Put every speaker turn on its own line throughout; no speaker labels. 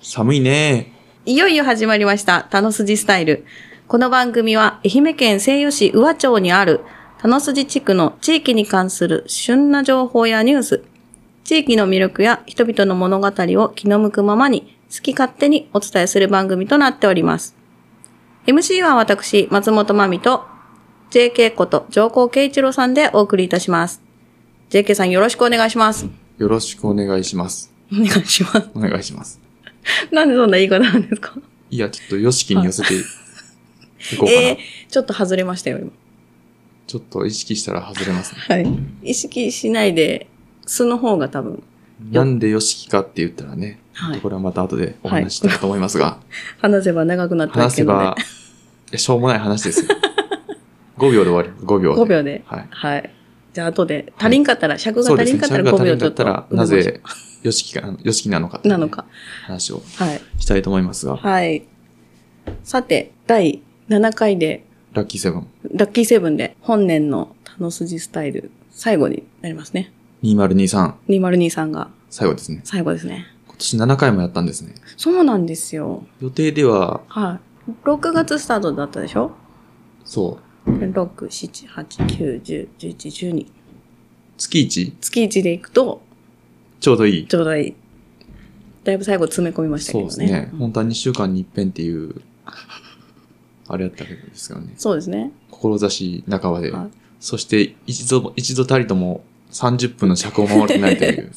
寒いね。
いよいよ始まりました、たのすじスタイル。この番組は、愛媛県西予市宇和町にある、たのすじ地区の地域に関する旬な情報やニュース、地域の魅力や人々の物語を気の向くままに、好き勝手にお伝えする番組となっております。MC は私、松本まみと、JK こと上皇慶一郎さんでお送りいたします。JK さんよろしくお願いします。
よろしくお願いします。
お願いします。
お願いします。
なんでそんな言い方なんですか
いや、ちょっとヨシキに寄せていこうかな。
えー、ちょっと外れましたよ、今。
ちょっと意識したら外れますね。
はい。意識しないで、素の方が多分、
なんでヨシキかって言ったらね、
はい
これはまた後でお話ししたいと思いますが、
話せば長くなってま
話
すけ
せ
どね。
ば、えしょうもない話 ですよ。5秒で終わります。5秒で。
5秒で。
はい。
はい。じゃあ後で、足りんかったら、尺が
そうで
足
すね。
りんかったら
尺が
5
足り
秒
ん
ち
か
ょっ
った
と。
ら、なぜ、ヨシキか、ヨシキなのか、
なの。か。
話を
はい。
したいと思いますが、
はい。さて、第7回で、
ラッキーセブン
ラッキーセブンで、本年のタノスジスタイル、最後になりますね。
2023、
202さんが
最後ですね。
最後ですね。
今年7回もやったんですね。
そうなんですよ。
予定では、
はい。6月スタートだったでしょ
そう、
?6、7、8、9、10、11、12。
月1、
月1で行くと、
ちょうどいい。
ちょうどいい。だいぶ最後詰め込みましたけ
そう
どね。
ですね。
うん
本当は2週間に一遍っていう、あれやったけどですけどね。
そうですね。
志半ばで
はい。
そして、一度、一度たりとも30分の尺を守ってないと いう。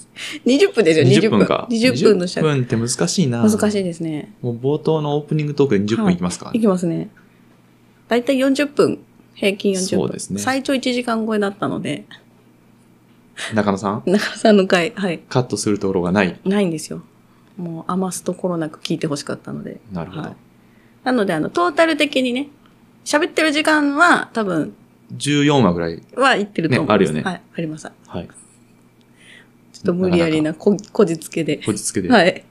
20分ですよ、20
20
分。
分か。
20分の尺。
20分って難しいな。
難しいですね。
もう冒頭のオープニングトークで20分いきますか、
いきますね。だいたい40分。平均40分。
そうですね
最長1時間超えだったので、
中野さん
中田さんの回、はい。
カットするところがない。
ないんですよ。もう余すところなく聞いてほしかったので。
なるほど。
はいなので、あの、トータル的にね、喋ってる時間は多分、
14話ぐらい。
はいってると思い
ね
ます。
あるよね
はい、あります。ちょ
はい。
っと無理やりな、こ、こじつけで。
こじつけで。
はい。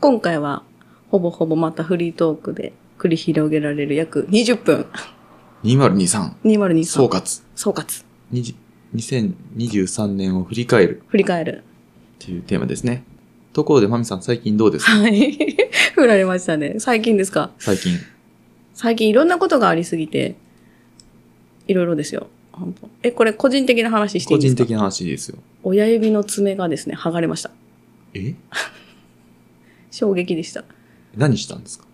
今回は、ほぼほぼまたフリートークで繰り広げられる約20分。
2023
202
総
総
括。
総括。
20 2023年を振り返る
振り返る。
っていうテーマですね。ところで、まみさん最近どうですか
はい。 振られましたね。最近ですか
最近。
最近いろんなことがありすぎて、いろいろですよ。本当え、これ個人的な話して
個
いいです
人
か
的な話ですよ。
親指の爪がですね、剥がれました。
え
衝撃でした。
何したんですか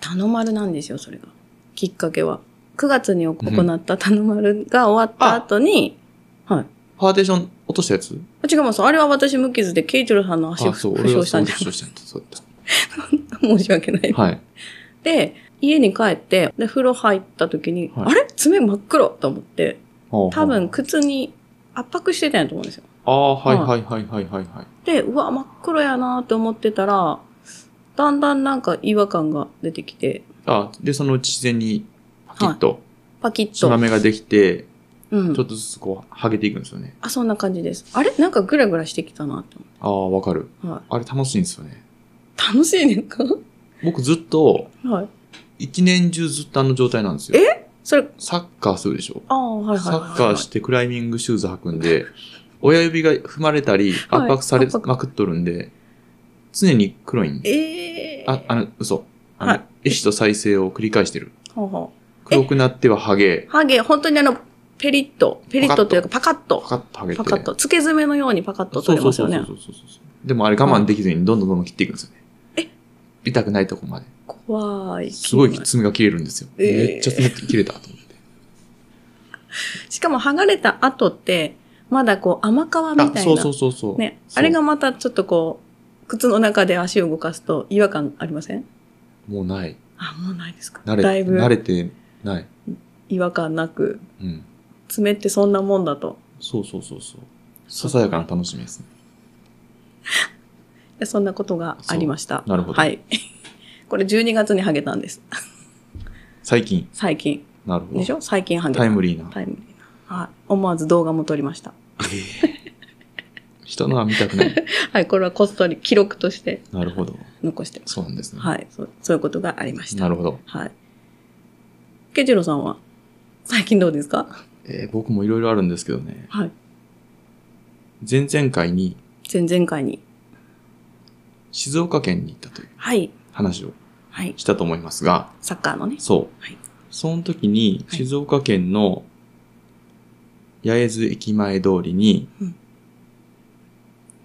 たのまるなんですよ、それが。きっかけは。9月に行ったたのまるが終わった後に、はい。
パーテーション落としたやつ
違います。あれは私無傷で、ケイチョルさんの足を
あ、
負
そう、俺
傷
は
した
そうん負
じゃ
傷したんだ。そうだっ
申し訳ない。
た。はい。
で、家に帰って、で、風呂入った時に、
はい
あれ爪真っ黒と思って、
多
多分。靴に圧迫してたんやと思うんですよ。
ああ、はいはいはいはいはいはい。
で、うわ、真っ黒やなと思ってたら、だんだんなんか違和感が出てきて、
あ、で、そのうち自然に、パキッと、
パキッ
しま
と。
目ができて、
うん
ちょ。っとずつこう、剥げていくんですよね。
あ、そんな感じです。あれなんかグラグラしてきたなって
ああ、わかる。
思う。はい。
あれ楽しいんですよね。
楽しいねんか
僕ずっと、
はい。
一年中ずっとあの状態なんですよ。え
それ、
サッカーするでしょ
ああ、はいはい
サ
はいはい。
ッカーしてクライミングシューズ履くんで、親指が踏まれたり、圧
はい
迫され
圧迫
まくっとるんで、常に黒いんで。
ええー。
あ、あの、嘘。あの、
はい
壊死と再生を繰り返してる。
ほうほう
黒くなってはハゲ、
ハゲ、本当にあの、ペリッと、ペリッとというか、パカッと
パ、カッとハゲて。
パカッと、付け爪のようにパカッと
そう
取れ
そう
ます
そ
よ
うそう
ね
そう。そうそう。でもあれ我慢できずにどんどんどんどん切っていくんですよね。
え
痛くないとこまで。
怖い。
すごい爪が切れるんですよ。
えー
めっちゃ爪切れたと思って。
しかも剥がれた後って、まだこう甘皮みたいな。
あ、そうそうそうそう。
ね。
そう
あれがまたちょっとこう、靴の中で足を動かすと違和感ありません
もうない。
あ、もうないですか。
慣れ、
だいぶ
慣れてない。
違和感なく、
うん。
爪ってそんなもんだと。
そうそうそうそう。ささやかな楽しみですね。
でそんなことがありました。
なるほど。
はい。 これ12月に剥げたんです。
最近。
最近。
なるほど。
でしょ最近剥げた。
タイムリーな。
タイムリーなはい。思わず動画も撮りました。
人のは見たくない。
はい、これはこっそり記録として
なるほど。
残してます。
そうなんですね。
はい、そうそういうことがありました。
なるほど。
はい。ケジロさんは最近どうですか
えー僕もいろいろあるんですけどね。
はい。
前々回に
前々回に。
静岡県に行ったという
はい。
話を
はい。
したと思いますが、
サッカーのね。
そう。
はい
その時に、
はい
静岡県の八重洲駅前通りに、
うん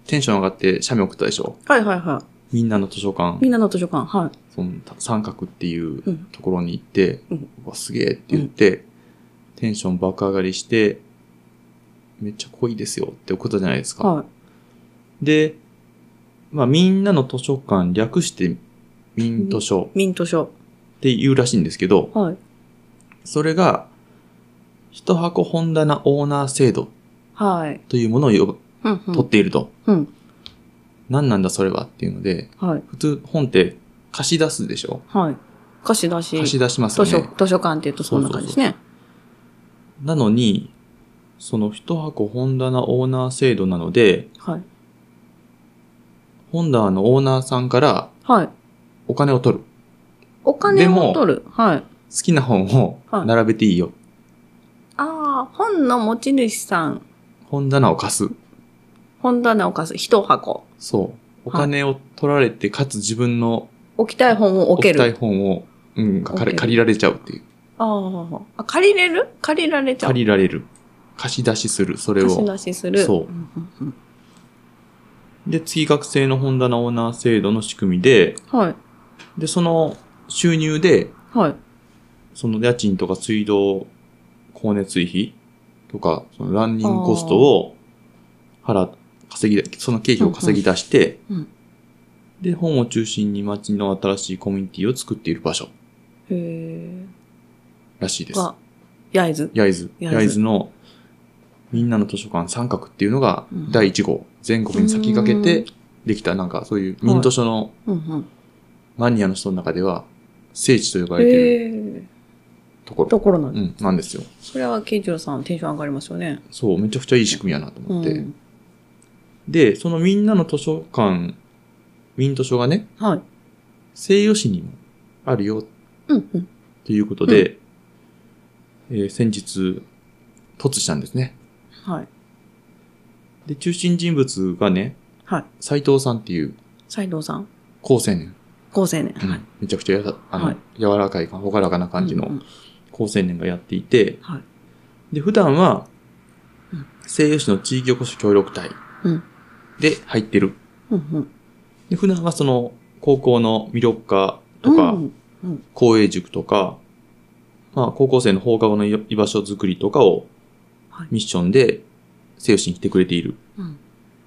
テンション上がって写メ送ったでしょ
はいはいは
みんなの図書
い。み
館、
んなの図書館。は
そのた三角っていう
い。うん。
ところに行って、
うん
うわ、すげえって言って、テンション爆上がりして、めっちゃ濃いですよって送ったじゃないですか。
は
で、まあみんなの図書館略して、民図書
い。民図書。
って言うらしいんですけど、
はい。
それが、一箱本棚オーナー制度
はい。
というものをよ
うん、う
取っ
ん。
ていると。
うん。
何なんだそれはっていうので、
はい。
普通本って貸し出すでしょ
はい。貸し出し。
貸し出します
図
よ
書、
ね。
図書館って言うとそんな感じですね。
なのに、その一箱本棚オーナー制度なので、
はい。
本棚のオーナーさんから
はい。
お金を取る。
お金を取る。はい。
好きな本を
はい
並べていいよ。
ああ、本の持ち主さん、
本棚を貸す。
本棚を貸す、一箱。
そう。お
はい
金を取られて、かつ自分の
置きたい本を置
置
け
きたい
る。
本を、うん、が
置け
借
る
り借りられちゃうっていう。
あーあ、借りれる借りられちゃう。
借りられる。貸し出しする。それ
貸し
を。
出しする。
そうん
うんうん
で、月額制の本棚オーナー制度の仕組みで、
はい。
で、その収入で、
はい。
その家賃とか水道、光熱費とか、そのランニングコストを払っ、稼ぎだ、その経費を稼ぎ出して、
うんうん
で、本を中心に街の新しいコミュニティを作っている場所
へえ。
らしいです。
が、焼津。
焼津。
焼津
焼津のみんなの図書館三角っていうのが
うん
第1号、全国に先駆け
う
てできた、なんかそういう民図書の
うんうん。
マニアの人の中では聖地と呼ばれている
へえ。
ところ、
ところなんで
うん、なんですよ。
す。それは、慶次郎さん、テンション上がりますよね。
そう、めちゃくちゃいい仕組みやなと
う
思って。
ん。
で、そのみんなの図書館、民図書がね、
はい。
西予市にもあるよ
うんうん。
ということで、えー先日、突したんですね。
はい。
で、中心人物がね、
はい。
斎藤さんっていう
斎藤さん、
高青年。
高青年。
うんめちゃくちゃやさあの、
はい
柔らかい、ほがらかな感じ
うんう
の
ん
高青年がやっていて、
はい。
で、普段は
うん、
西予市の地域おこし協力隊
うん
で入ってる。
うんうん。
で、普段はその、高校の魅力化とか、
うん
公営塾とか、まあ、高校生の放課後の居居場所づくりとかを
はい
ミッションで西予市に来てくれている
うん。
ん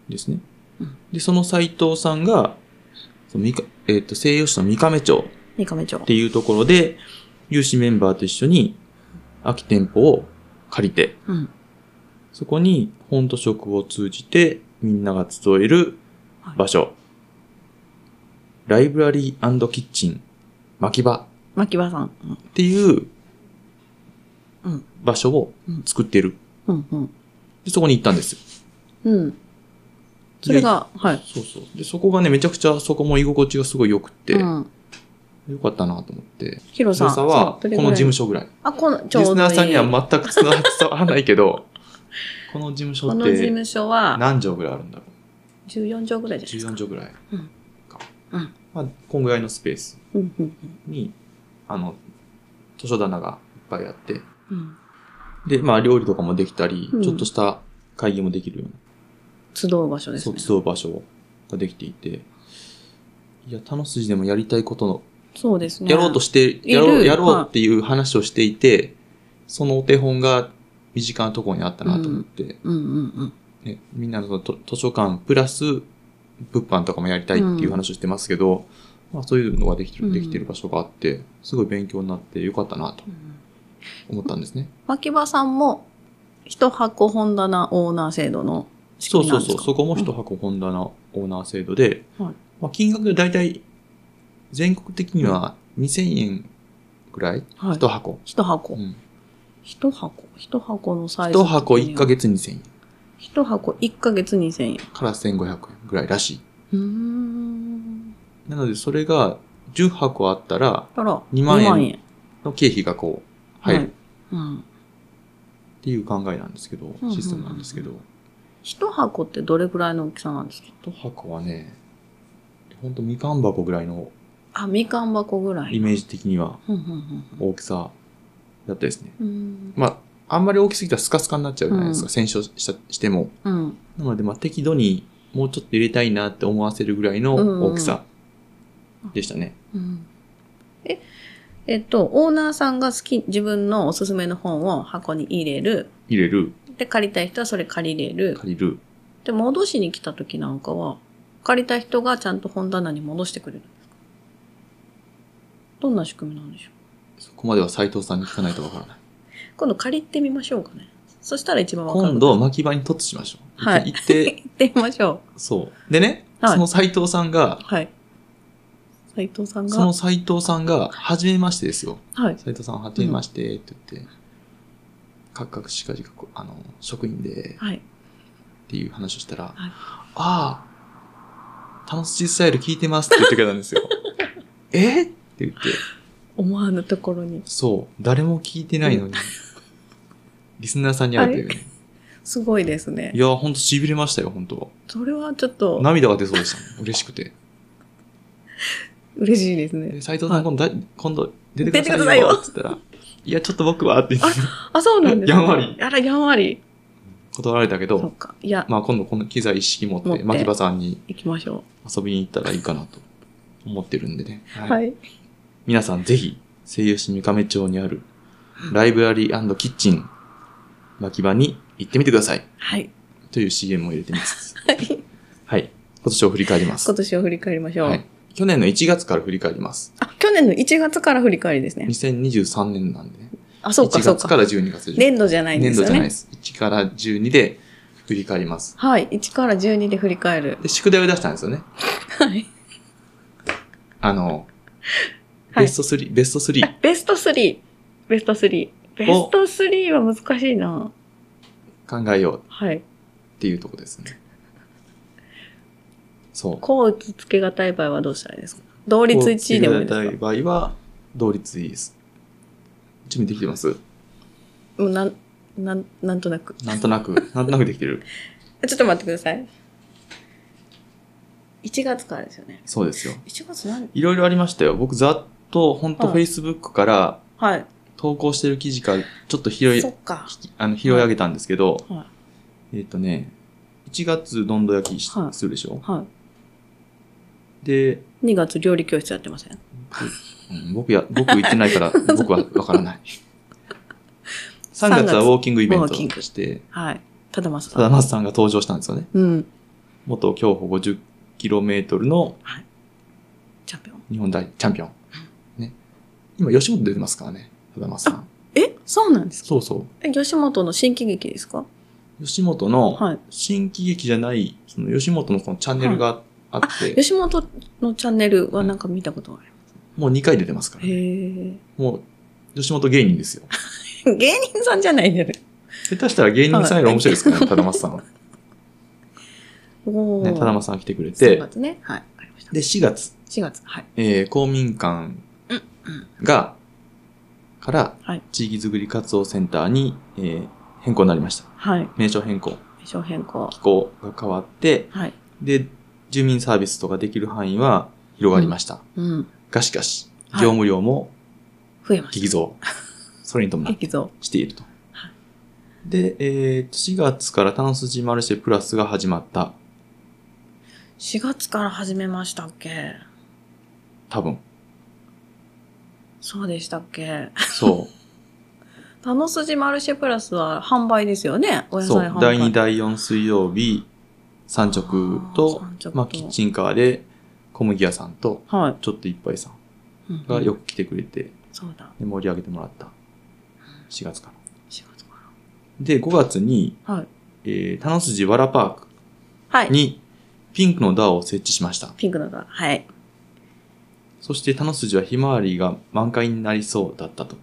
ですね。
うん
で、その斎藤さんが、そのみかえっ、と、西予市の三亀町
三亀町
っ。ていうところで、有志メンバーと一緒に空き店舗を借りて、
うん。
そこに本と食を通じてみんなが集える場所。ライブラリーキッチン、巻き場
牧場さん。うん
っていう
うん
場所を作っている。
うんうん。
で、そこに行ったんですよ。
うん。それが、はい。
で。そうそう。で、そこがね、めちゃくちゃそこも居心地がすごい良くって、
うん。
よかったなと思って。
ヒロさん。
広さは、こ
ど
の
れ
事
ぐらい
務所ぐらい。
あ、この、ちょう
リ
ど
ス
いい。
ナーさんには全く伝わ伝わらないけど、 この事務所
こ
っ
の事
て
務所は、
何畳ぐらいあるんだろう
14畳ぐらいじゃないですか。
?14 畳ぐらい
うん
か。
うん
まあ、こんぐらいのスペース
うんうん
に、あの、図書棚がいっぱいあって、
うんうん。
で、まあ、料理とかもできたり、
うん
ちょっとした会議もできるような
集う場所です
そう
ね。
集う場所ができていて、いや、楽しいでもやりたいことの、
そうですね。
やろうと
し
して、やろう、
いる
やろうっていう話をしていて、そのお手本が身近なところにあったなと思って、
うんうんうん。
ね、みんなのそのと図書館プラス物販とかもやりたいっていう話をしてますけど、まあそういうのができて
うん
る、できてる場所があって、すごい勉強になってよかったなと
うん
思ったんですね。
牧場さんも、一箱本棚オーナー制度の仕
そう
組み
そ
な
うんそ
ですか
う、そこも一箱本棚オーナー制度で、
はい
まあ金額で大体全国的には2000円ぐらい
はい
一。箱。
一箱
う。ん
一箱。一箱のサイズ。
一箱1ヶ。月2000円
一箱1ヶ月2000円。
から1500円ぐらいらし
うーん。
い。なのでそれが10箱あったら、
だから、
2万円
2万円。
の経費がこう入るっ。
うん。
ていう考えなんですけど
う、ん
システムなんですけど、
一箱ってどれぐらいの大きさなんですか
一箱はね、ほんとみかん箱ぐらいの
あ、みかん箱ぐらい。
イメージ的には
ふんふんふんふん
大きさだったですね。
うん。
まあ、あんまり大きすぎたらスカスカになっちゃうじゃないですか、選書したしても。
うん。
なので、まあ、適度にもうちょっと入れたいなって思わせるぐらいの大きさでしたね。
うんえ、えっと、オーナーさんが好き、自分のおすすめの本を箱に入れる。
入れる、
で、借りたい人はそれ借りれる。
借りる。
で、戻しに来た時なんかは、借りた人がちゃんと本棚に戻してくれるんですかどんな仕組みなんでしょう
そこまでは斎藤さんに聞かないとわからない。
今度借りてみましょうかね。そしたら一番わかる。
今度、巻き場に突しましょう。
はい
行って、
行ってみましょ
そう。でね、
はい
その斎藤さんが
う。、はい。斉藤さん
そ
が
の、斎藤さんが、はじめましてですよ。
はい。
斉藤さん、はじめまして、って言って、カクカクしかじかく、あの、職員で、
はい。
っていう話をしたら、
はい
ああ、楽しいスタイル聞いてますって言ってくれたんですよ。 えって言って、
思わぬところに。
そう、誰も聞いてないのに、リスナーさんに会うというね。
すごいですね
い。や、ほんと痺れましたよ、本当
それはちょっと、
涙が出そうでしたもん。嬉しくて。
嬉しいですね。
で斉藤さ
は
ん、
い
今度だ、今度出てくだ
出てくだ
さ
さ
い
い
よ
よ
って言ったら、いや、ちょっと僕はって言って
あ、そうなんですね
やんわり
あら、やんわり。
断られたけ
そ
ど
っ、か。いや、
まあ今度この機材一式持っ、
持ってて
牧場さんに
行きましょ
遊びに行ったらいいかなと思ってるんでね。は
う。
い
はい。
皆さんぜひ、西予市三亀町にある、ライブラリーキッチン、巻き場に行ってみてください。
はい。
という CM を入れてみ ます。
はい
はい。今年を振り返ります
今。年を振り返りましょう。
はい。去年の1月から振り返ります。
あ、去年の1月から振り返りですね。
2023年なんでね。
あ、そうか、
1
そう
月か
か。
ら12月でしょ
年度じゃないんで
年
す
度
よ
じゃないで
ね。
す。1から12で振り返ります。
はい。1から12で振り返る。
で、宿題を出したんですよね。
はい。
あの、
はい
ベスト3、ベスト3。
ベスト3。ベスト3。ベスト3は難しいな。
考えようっ
はい。
ていうとこですね。そう。
こう打つつけがたい場合はどうしたらいいですか同率1位でもいいです
こうつけられたい場合は、同率いいです。準備できてます
かもうなん、なん、なんとなく。
なんとなく、なんとなくできてる。
ちょっと待ってください。1月からですよね。
そうですよ。
1月何
いろいろありましたよ。僕、ざっと、ほんと
はい
Facebook から
はい。
投稿してる記事から、ちょっと拾い
そ、っか。
あの拾い上げたんですけど、
は
えっ、とね、1月どんど焼きし
はい
するでしょ、
い。は
で、
い。2月料理教室やってません。
うん僕や、僕行ってないから、僕はわから ない。3月はウォーキングイベント
ウォーキング
して、
はい。ただまさ
ただ松さんが登場したんですよね。
うん。
元競歩 50km の
チャンピオン。
日本大チャンピオン。ね。今、吉本出てますからね、ただ松さん。
えそうなんですか
そうそ
え、吉本の新喜劇ですか
う。吉本の
はい。
新喜劇じゃない、その吉本のこのチャンネルがあって、
吉本のチャンネルはなんか見たことがある。
もう2回出てますから、ね、
へ
もう、吉本芸人ですよ。
え。芸人さんじゃないんだよね。
下手したら芸人さんより面白いですからね、ただ松 さんは。
お
ね、
ー。
ただ松さんが来てくれ
3
て、
月ね。はい。わかりました。
で、4月。
4月。はい。
えー公民館
うん
が、から
はい、
地域づくり活動センターに、えー変更になりました。
はい。
名称変更、
名称変更。
機構が変わって、
はい。
で、住民サービスとかできる範囲は広がりました。
うん。
がしかし、
はい
業務量も
増えまし
激増。それに伴
た。
っ
激増。
していると
はい。
で、えーと、4月からタンスジマルシェプラスが始まった。
4月から始めましたっけ
多分。
そうでしたっけ
そ
タノスジマルシェプラスは販売ですよね お
う。
野
そ
菜販
う。
売。
第2、第4水曜日、産直と
あー産直と
まあ、キッチンカーで小麦屋さんと
は
ちょっといっぱいさん
い。うん
がよく来てくれて、
そうだ。
で盛り上げてもらった。4月から。
4月か
で、5月に、
ら。はい。
えー、田野筋わらパー
は
ク
い。
にピンクのダーを設置しました。
ピンクのが。はい。
そして田野筋はひまわりが満開になりそうだったと。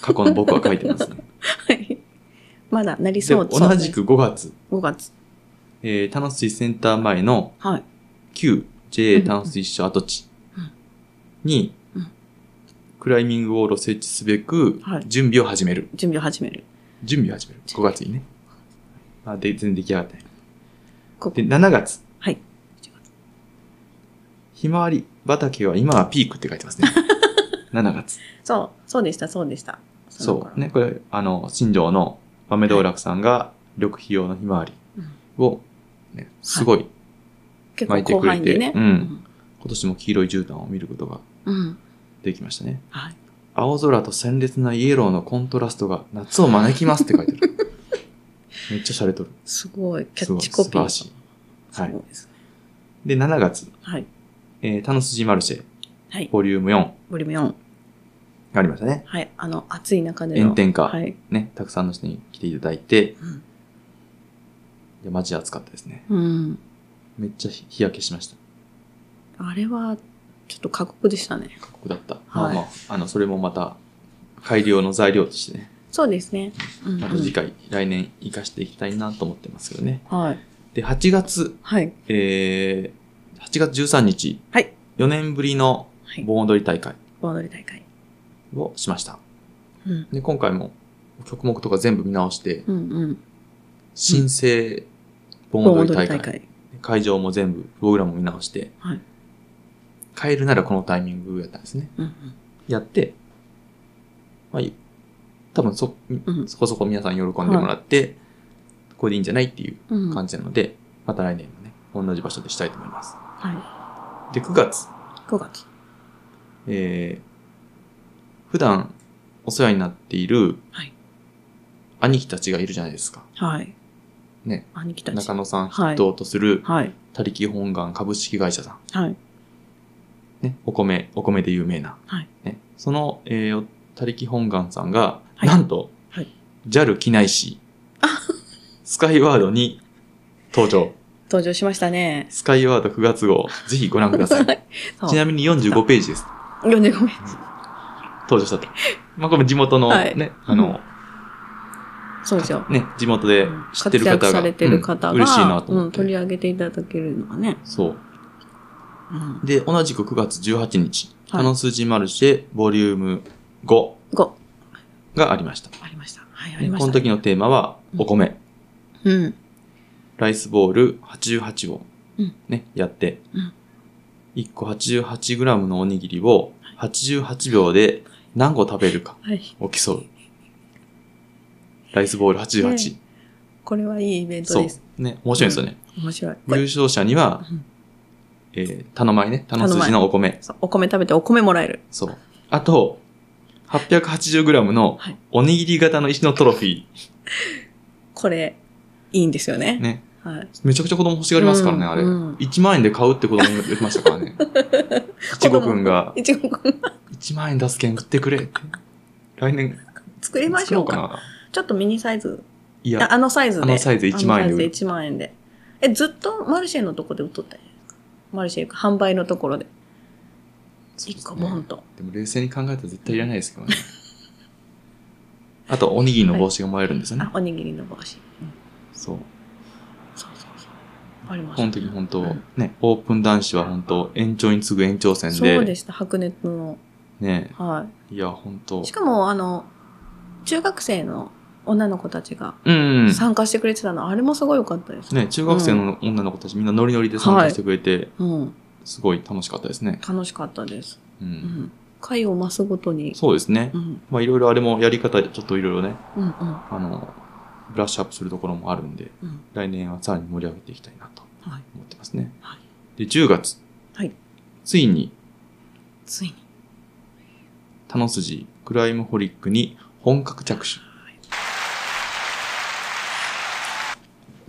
過去の僕は書いてますね。
はい。まだなり
で
そう
同じ。く5月、
5月。
えー、田野筋センター前の
はい。
旧
う
JA
ん
田野筋支所跡地
うん
に
うん
クライミングウォールを設置すべく
はい
準備を始める。
準備を始める。
準備を始める。5月にね。あ、で、全然出来上がってない。
ここ。
で、7月。
はい。
ひまわり畑は今はピークって書いてます ね。7月。
そう、そうでした、そうでした。の
そ
頃
う。。ね、これ、あの、新庄の豆道楽さんが緑肥用のひまわりを、ね、すごい、
結構
巻いて
広
くれ
範囲
て
でね。
うん
うん。
今年も黄色い絨毯を見ることが
うん。
できましたね。
はい。
青空と鮮烈なイエローのコントラストが夏を招きますって書いて る。めっちゃ洒落とる。
すごい、キャ
す
ッ
ごい
チコ
素
ピー。
晴らしい。はい
すごいですね。
で、7月、
はい。
えー、タノスジマルシェ、
はい。
ボリューム4
ボリューム4。
がありましたね。
はい。あの、暑い中での。
炎天下、
はい。
ね、たくさんの人に来ていただいて、
うん
で、マジ暑かったですね。
うん。
めっちゃ日日焼けしました。
あれは、ちょっと過酷でしたね。
過酷だった。ま
は
あ
い
まあ、あの、それもまた、改良の材料としてね、
そうですね。うんうん
また次回、来年活かしていきたいなと思ってますけどね。
はい。
で、8月、
はい。
えー、8月13日、
はい
4年ぶりの
はい。
盆踊り大会
盆踊り大会。
をしました。
うん。
で、今回も、曲目とか全部見直して、
うんうん。
新生盆
盆
踊り
踊
大
り
会。
大会。
会場も全部、プログラムも見直して、
はい
変えるならこのタイミングやったんですね。
うん
やって、まあ、い多分そ、
うん。うん
そこそこ皆さん喜んでもらって、これでいいんじゃないっていう
うん。
感じなので、また来年もね、同じ場所でしたいと思います。
は
で、9月、
い。5月。
えー、普段お世話になっている
はい、
兄貴たちがいるじゃないですか。
はい。
ね。
兄貴たち
中。野さん筆頭とする、
はい。
他力本願株式会社さん。
はい。
ね、お米、お米で有名な。
はい
ね、その、えー、他力本願さんが、
はい
なんと、
はい
JAL 機内 市、スカイワードに登場。
登場しましたね。
スカイワード9月号、ぜひご覧ください。
そう
ちなみに45ページです。
読んでごめん。
登場したと。まあ、これも地元の
はい
ね、あの、
そうですよ。
ね、地元で知ってる
活
方が、
躍されてる方が、
うん嬉しいなと思
う
っ
ん、
て。
取り上げていただけるのはね。
そう。
うん。
で、同じく9月18日、
はい
あの数字マルシェ、ボリューム5
5、
がありました。
ありました。はい、あ
ね
りま
こ
し
の
た、
時のテーマは、
うん
お米、
うん。
ライスボール88を、
うん
ね、やって、
うん
1個 88g のおにぎりを88秒で何個食べるか
はい。
を競う。ライスボール88。
これはいいイベント
そ
です。
う。ね、面白いですよね。
面白い。こ
優
れ
勝者には、
うん
えー、頼まいね。頼筋のお米。
そうお米食べてお米もらえる。
そう。あと、880g の
はい
おにぎり型の石のトロフィ
これ、いいんですよね。
ー。ね。
はい。
めちゃくちゃ子供欲しがりますからね、あれ。
うんうん
1万円で買うって子供言ってました からね。いちごくんが、
いちごくん
1万円出す券売ってくれって。来年
作りまし
作
ょ
ろう
う
か
か。
な。
ちょっとミニサイズ。
い
あ
や、
あのサイズで。
あのサイズ1万円で
あ
売
のサ
る
イズ1万円で。え、ずっとマルシェのとこで売っとったんやマルシェいうか販売のところで。
そうで
1
す
個
ね
ボンと。
でも冷静に考えたら絶対いらないですけどね。あと、おにぎりの帽子がもらえるんですよね
あ。、おにぎりの帽子。うん
そう。
そうそうそう。ありました。
この時本当、
うん
ね、オープン男子は本当、延長に次ぐ延長戦
そう
で、
でした、白熱の。
ね、
はい
や、本当
い。しかも、あの、中学生の女の子たちが
うん。
参加してくれてたの、あれもすごい良かったです。
ね、中学生の女の子たちみんなノリノリで参加してくれて、
うん。
すごい楽しかったですね。
楽しかったです。
うん。
うん。回を増すごとに。
そうですね
う。ん。
まあ、いろいろあれもやり方、ちょっといろいろね、
うんうん。
あの、ブラッシュアップするところもあるんで、
うん。
来年はさらに盛り上げていきたいなと
はい。
思ってますね。
はい
で、10月。
はい
ついに、
ついに。
タノスジクライムホリックに本格着手。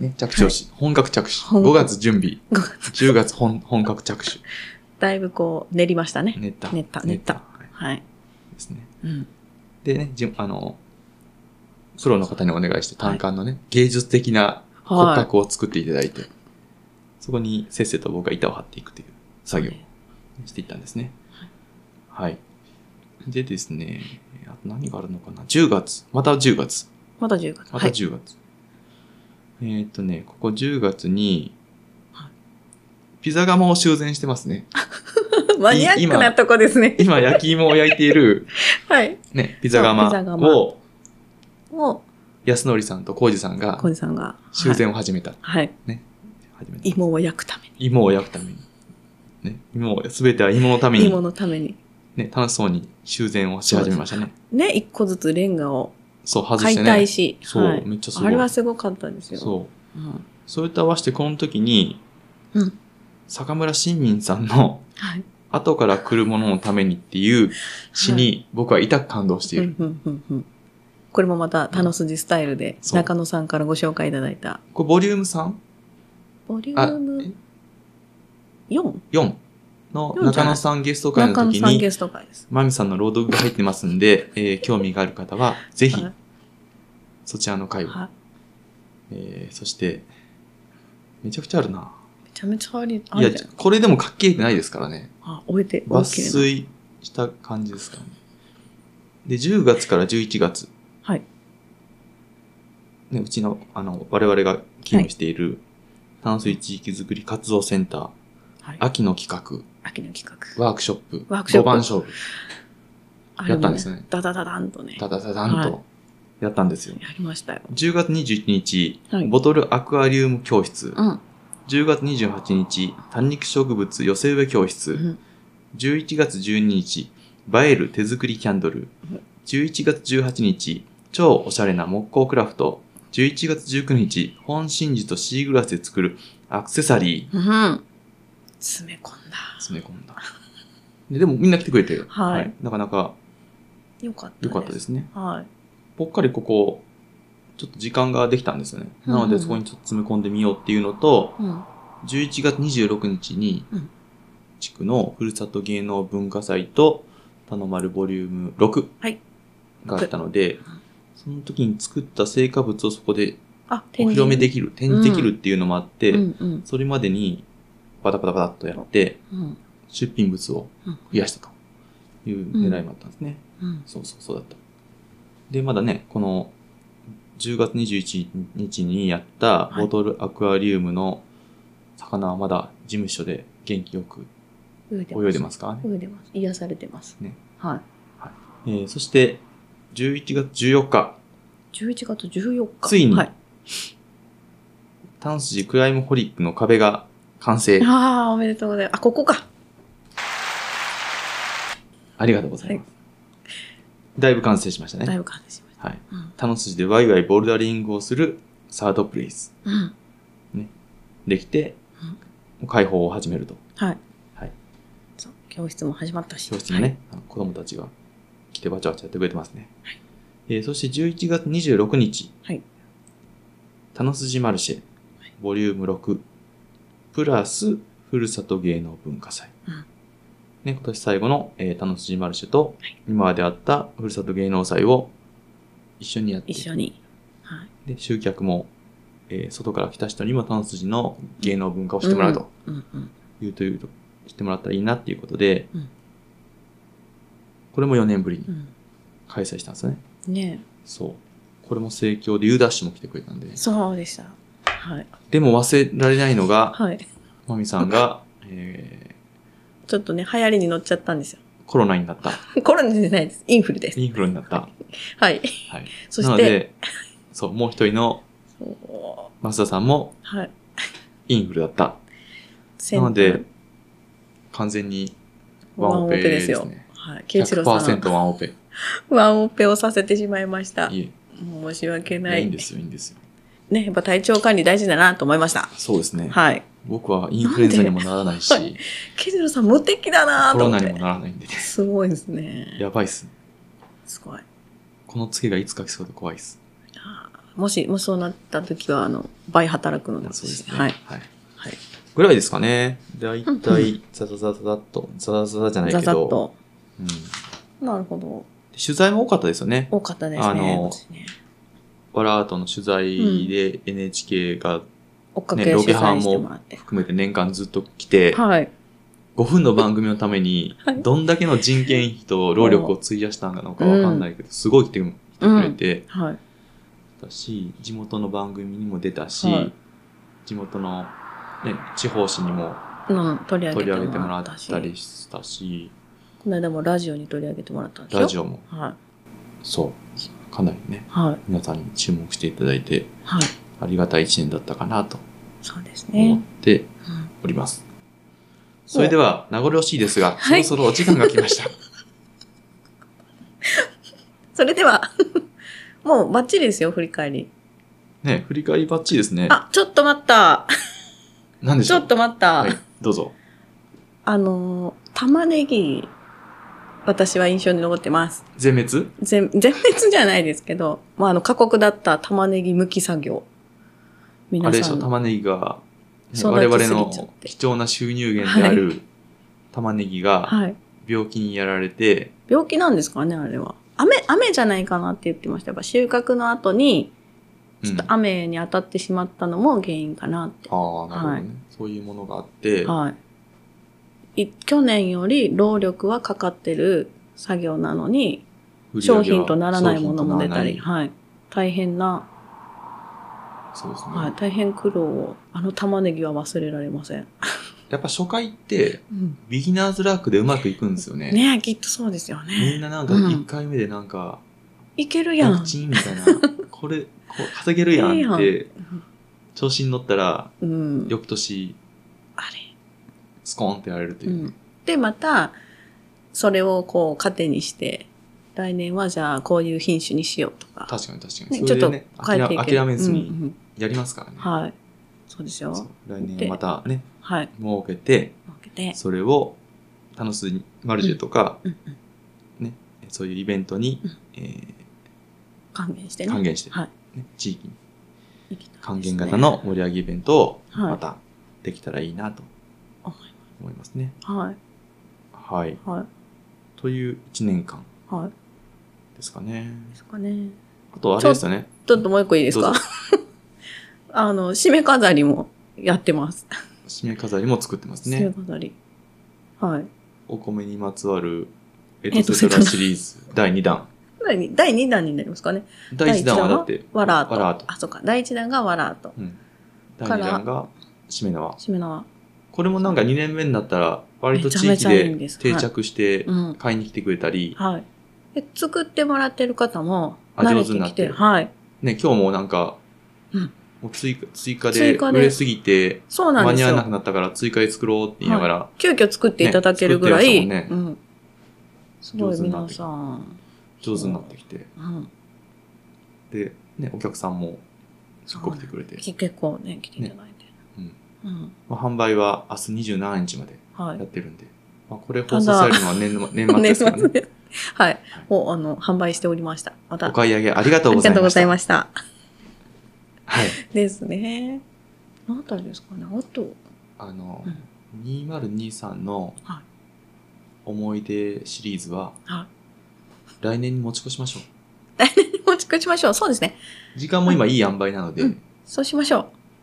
ね、着手をし、本格着手。
本
5
格
月準備。
5月。
10月本本格着手。
だいぶこう、練りましたね。
練った。
練った
練った。
練
はい
はい。
ですね。
うん。
でね、じあの、プロの方にお願いして単管のね、芸術的な骨
は
格を作っていただいて、そこにせっせと僕が板を張っていくという作業をしていったんですね。はい。でですね、あと何があるのかな ?10 月。また10月。
い。まだ10月。
ま
は
た
い。
10月。えーっ、とね、ここ10月に
はい、
ピザ窯を修繕してますね。
マニアックなとこですね。
今焼き芋を焼いている、
はい。
ね、ピザ
そうピ
窯
ザ窯
を
も
安則さんと浩二さん
う、
が
小路さんが。
修繕を始めた。
はい。はい。
始めた
芋を焼くために。
芋を焼くために。ね、もうすべては芋のため
いい
に
も、のために。
ね、楽しそうに修繕をし始めましたね。
ね、一個ずつレンガを
そう、外し
解
て
体
ね。
し。
そう、
はい
めっちゃすごい。
あれはすごかったんですよ。
そう。
うん
それと合わせてこの時に、
うん
坂村新民さんの
はい。
後から来るもののためにっていう詩に僕は痛く感動している。
うんうんうんうんこれもまた、タノスジスタイルで、
そう
中野さんからご紹介いただいた。
これボリューム 3?
ボリュ
あ
ー、ム 4?
4の中野さんゲスト会の
中野
時
さん
に、
ゲスト会です。
まみさんの朗読が入ってますん で、えー興味がある方は、ぜひ
はい、
そちらの会を。
は
えーそして、めちゃくちゃあるな。
い。めちゃめちゃあり、あ
いや
るじゃん。、
これでも書き切れてないですからね。
あ、終えて、
抜
終えきれない
粋した感じですかね。で、10月から11月。
はい。
ね、うちの、あの、我々が勤務している淡水地域づくり活動センター、
はい。
秋の企
秋の企
画、
画。
ワークショップ、
ワークショップ
5番勝負、
あ
やったんですね
ダダダダンとね。
ただただん
はい
とやったんですよ。
やりましたよ。
10月21日、
はい
ボトルアクアリウム教室、
うん。
10月28日、多肉植物寄せ植え教室、
うん
11月12日、映える手作りキャンドル
うん。
11月18日、超おしゃれな木工クラフト。11月19日、本真珠とシーグラスで作るアクセサリー。
うん。詰め込んだ。
詰め込んだ。ででもみんな来てくれてる。
はい
なかなか
よかったです。
良かったですね。
はい。
ぽっかりここ、ちょっと時間ができたんですよね。なの
うんうんう
で
ん
そこにちょっと詰め込んでみようっていうのと、
うん。
11月26日に
うん、
地区のふるさと芸能文化祭と、たのまるボリューム6
はい
があったので、その時に作った成果物をそこで
あ、
お披露目できる、展示できるっていうのもあって、
うんうん
それまでにパタパタパタっとやって、
うん
出品物を
うん
増やしたという狙いもあったんですね。
うん
そうそうそうだった。で、まだね、この10月21日にやった
はい
ボトルアクアリウムの魚はまだ事務所で元気よく
泳いでます。
泳いでますからね。
泳いでます。癒されてます。
ね。
はい。
えーそして、11月14日、
11月14日。
ついに
はい。
タンスジクライムホリックの壁が完成。
ああ、おめでとうございます。あ、ここか。
ありがとうございます。だいぶ完成しました
だい
ね。
ぶ感じしま
は
し
い。
た。うん
タノスジでワイワイボルダリングをするサードプレイス。
うん。
できて、開放を始めると。
はい。
はい。
そう。教室も始まったし。
教室にね、あの子供たちが来てわちゃわちゃやってくれてますね。えーそして11月26日、
はい
タノスジマルシェ、ボリューム6、プラス、ふるさと芸能文化祭。
うん
ね、今年最後の、えー、タノスジマルシェと、
はい
今まであったふるさと芸能祭を一緒にやって、
一緒に。はい。
で集客も、えー外から来た人にもタノスジの芸能文化をしてもらうと。
うんうん。
いうというと、してもらったらいいなっていうことで、
うん
これも4年ぶりに
うん
開催したんですね。
うん。ね
そう。これも盛況で、ユーダッシュも来てくれたんで
え。。そうでした。はい。
でも忘れられないのが、
はい。
まみさんが、え
ちょっとね、流行りに乗っちゃったんですよ。
ー、コロナになった。
コロナじゃないです。インフルです。
インフルになった。
はい。
はい。
そ
な
し
の
て、
で、そう、もう一人の
そう
増田さんも
はい。
インフルだった。
セ
な
ン
ので、完全にワンオペです
よ
ね。。
はい。慶一郎さん
100%。ワンオペ。
ワンオペをさせてしまいました。
い
申し訳な
え、いい
い。
んですよ、いいんですよ。
ね、やっぱ体調管理大事だなと思いました。
そうですね。
はい。
僕はインフルエンザにもならないし、
なんでケジロさん無敵だな
コ
と
ロ
思
ナ
っ
にも
て。
ならないんでね。
すごいですね。
やばいっす。
すごい。
このツケがいつか来そうで怖いっす。
あーもし、もしそうなった時は、あの、倍働くので、
そうですね。
はい。
はい。
はい
ぐらいですかね。だいた
う
い、ザザザザザっと、ザザザザじゃない
ざ
け
ざっ
ど、
と。
うん、
なるほど。
取材も多かったですよね。
多かったですね。
あの
私ね
ワラアートの取材で NHK が
追っかけ
ねロケ
取
ハンも
材してもらって。
含めて年間ずっと来て、
はい。
5分の番組のために
はい、
どんだけの人件費と労力を費やしたのかわかんないけど、すごい来てくれて
はい。
たし、地元の番組にも出たし
はい、
地元の、ね、地方紙にも
うん、取り上
取り上げ
げて
て
も
も
ら
ら
っ
った
し。
たりしたし、
この間もラジオに取り上げてもらったんですよ。
ラジオも、
オ。はい。
そう、かなりね、
はい。
皆さんに注目していただいて、
はい。
ありがたい一年だったかなと
そうです
思っ
ね。
て
うん
おります。それでは、名残惜しいですが、そろそろお時間が来ました。
それでは、 もうバッチリですよ、振り返り。
ね、振り返りバッチリですね。
あ、ちょっと待った。
何でし
ち
ょ
ょ
う
っと待った。
はい、どうぞ。
あのー、玉ねぎ、私は印象に残ってます。
全滅
全、全滅じゃないですけど、まあ、あの、過酷だった玉ねぎ剥き作業。
あ
皆
れでし
さ
ょ、
ん。
玉ねぎが、ね
育
我
ち
々
すぎちゃって
の貴重な収入源である玉ねぎが
はい。
病気にやられて、
病気なんですかね、あれは。雨、雨じゃないかなって言ってました。やっぱ収穫の後に、ちょっと
あ
雨に当たってしまったのも原因かなって。
あー、なるほどね、そういうものがあって、
はい。い去年より労力はかかってる作業なのに、
売り上げ
商
は
品とならないものも出た
商
り、
品とな
はい。大変な、
らないそうですね、
はい、大変苦労を、あの玉ねぎは忘れられません。
やっぱ初回って、ビギナーズラックでうまくいくんですよね。
ねえ、きっとそうですよ
みん
ね。
ななんか
うん
1回目でなんか、
いけるや
ワ
ん
ク。チンみ たいな、これ、こう稼げるやんっ
ええ
て、調子に乗ったら、
うん。
翌年、
あ
スコーンってやられると
れ。
いううね、
ん。で、また、それをこう、糧にして、来年はじゃあこういう品種にしようとか。
確かに確か
ね
に。そ
ちょっ
れで
と
ね、
変えてい
諦
ける
諦めず
うん
に
うん
やりますからね。
はい。そうですよ
そう。来年またね、
はい。
儲けて、
わけで。
それを、タノスマルジェとか、
うんうん
ね、そういうイベントに
うん、
え
還元して
ー
ね。
還元して、
はい
ね地域に
行きたいですね
還元型の盛り上げイベントを、
はい
またできたらいいなと
思い
思いますね。
はい
はい。
はい
という1年間
はい
ですかね。
ですかね
あと、あれですよね。
ちょっともう一個いいです
ど
か
う
あの締め飾りもやってます、
締め飾りも作ってます
締め
ね。
飾りはい
お米にまつわる、エ
えっ
ト
と
セト
セト
ラ
ラ
シリーズ第2弾。
第二第2弾になりますかね
第1弾はだって、
わらーと
わらーと
あそうか第1弾がわらーと
うん。第
から
2弾が、締め縄。
締め縄
これもなんか2年目になったら、割と地
め
域
ちゃめちゃいいん
で
です
定着して
うん
買いに来てくれたり、
はいで作ってもらってる方も
あ
慣れ
上手
て
にな
き
って
て
る
はい
ね、今日もなんか
うん、
もう追加追加で
追加で
売れすぎて、
そうな
間
んです
に合わなく
よ
なったから追加で作ろうって言いながら、
急遽作っていただけるぐらい、
ね作って
う
ま
ん、すご
上
い
手になっ
皆
てき
さん、
上手になってきて、
うん、
で、ね、お客さんもすごく来てくれて、
き結構ね来ていただいて、
うん
うん
まあ、販売は明日27日まで
はい
やってるんで、まあ、これ放送されるのは年末年末 ですからね。
です。はい。を、あの、販売しておりました。また。
お
あ
買い上げありがとうご
り
ざいました。
がとうございました。
はい。
ですね。何たりですかね。あと、
あの、
うん
2023の
はい
思い出シリーズは
は
来年に持ち越しましょ
い。もう作りましょう。そうですね。
う。時間も今いい塩梅なので、
うんそうしましょ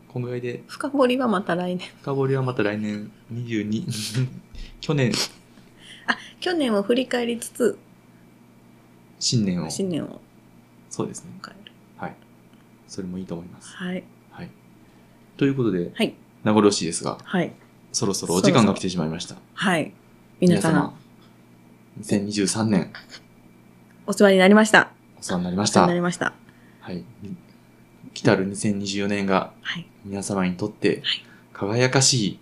う。
こんぐらいで、
深掘りはまた来年。
深掘りはまた来年22、去年、
去年を振り返りつつ、
新年を、
新年を
そうですね。
迎える。
それもいいと思います。
はい。
はい。ということで、
はい
名残惜しいですが、
はい。
そろそろお時間が来てしまいました。
はい。皆さん、
様、2023年、
お世話になりました。
お世話になりま
お
し
世
た
話にな。りました。
はい。来たる2024年が
はい。
皆様にとって
はい
輝かしい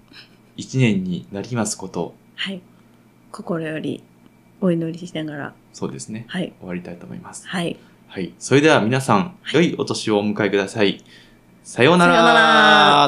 一年になりますこと、
はい。心よりお祈りしながら、
そうですね。
はい。
終わりたいと思います。
はい。
はい。それでは皆さん、良いお年をお迎えください。さようなら
さようなら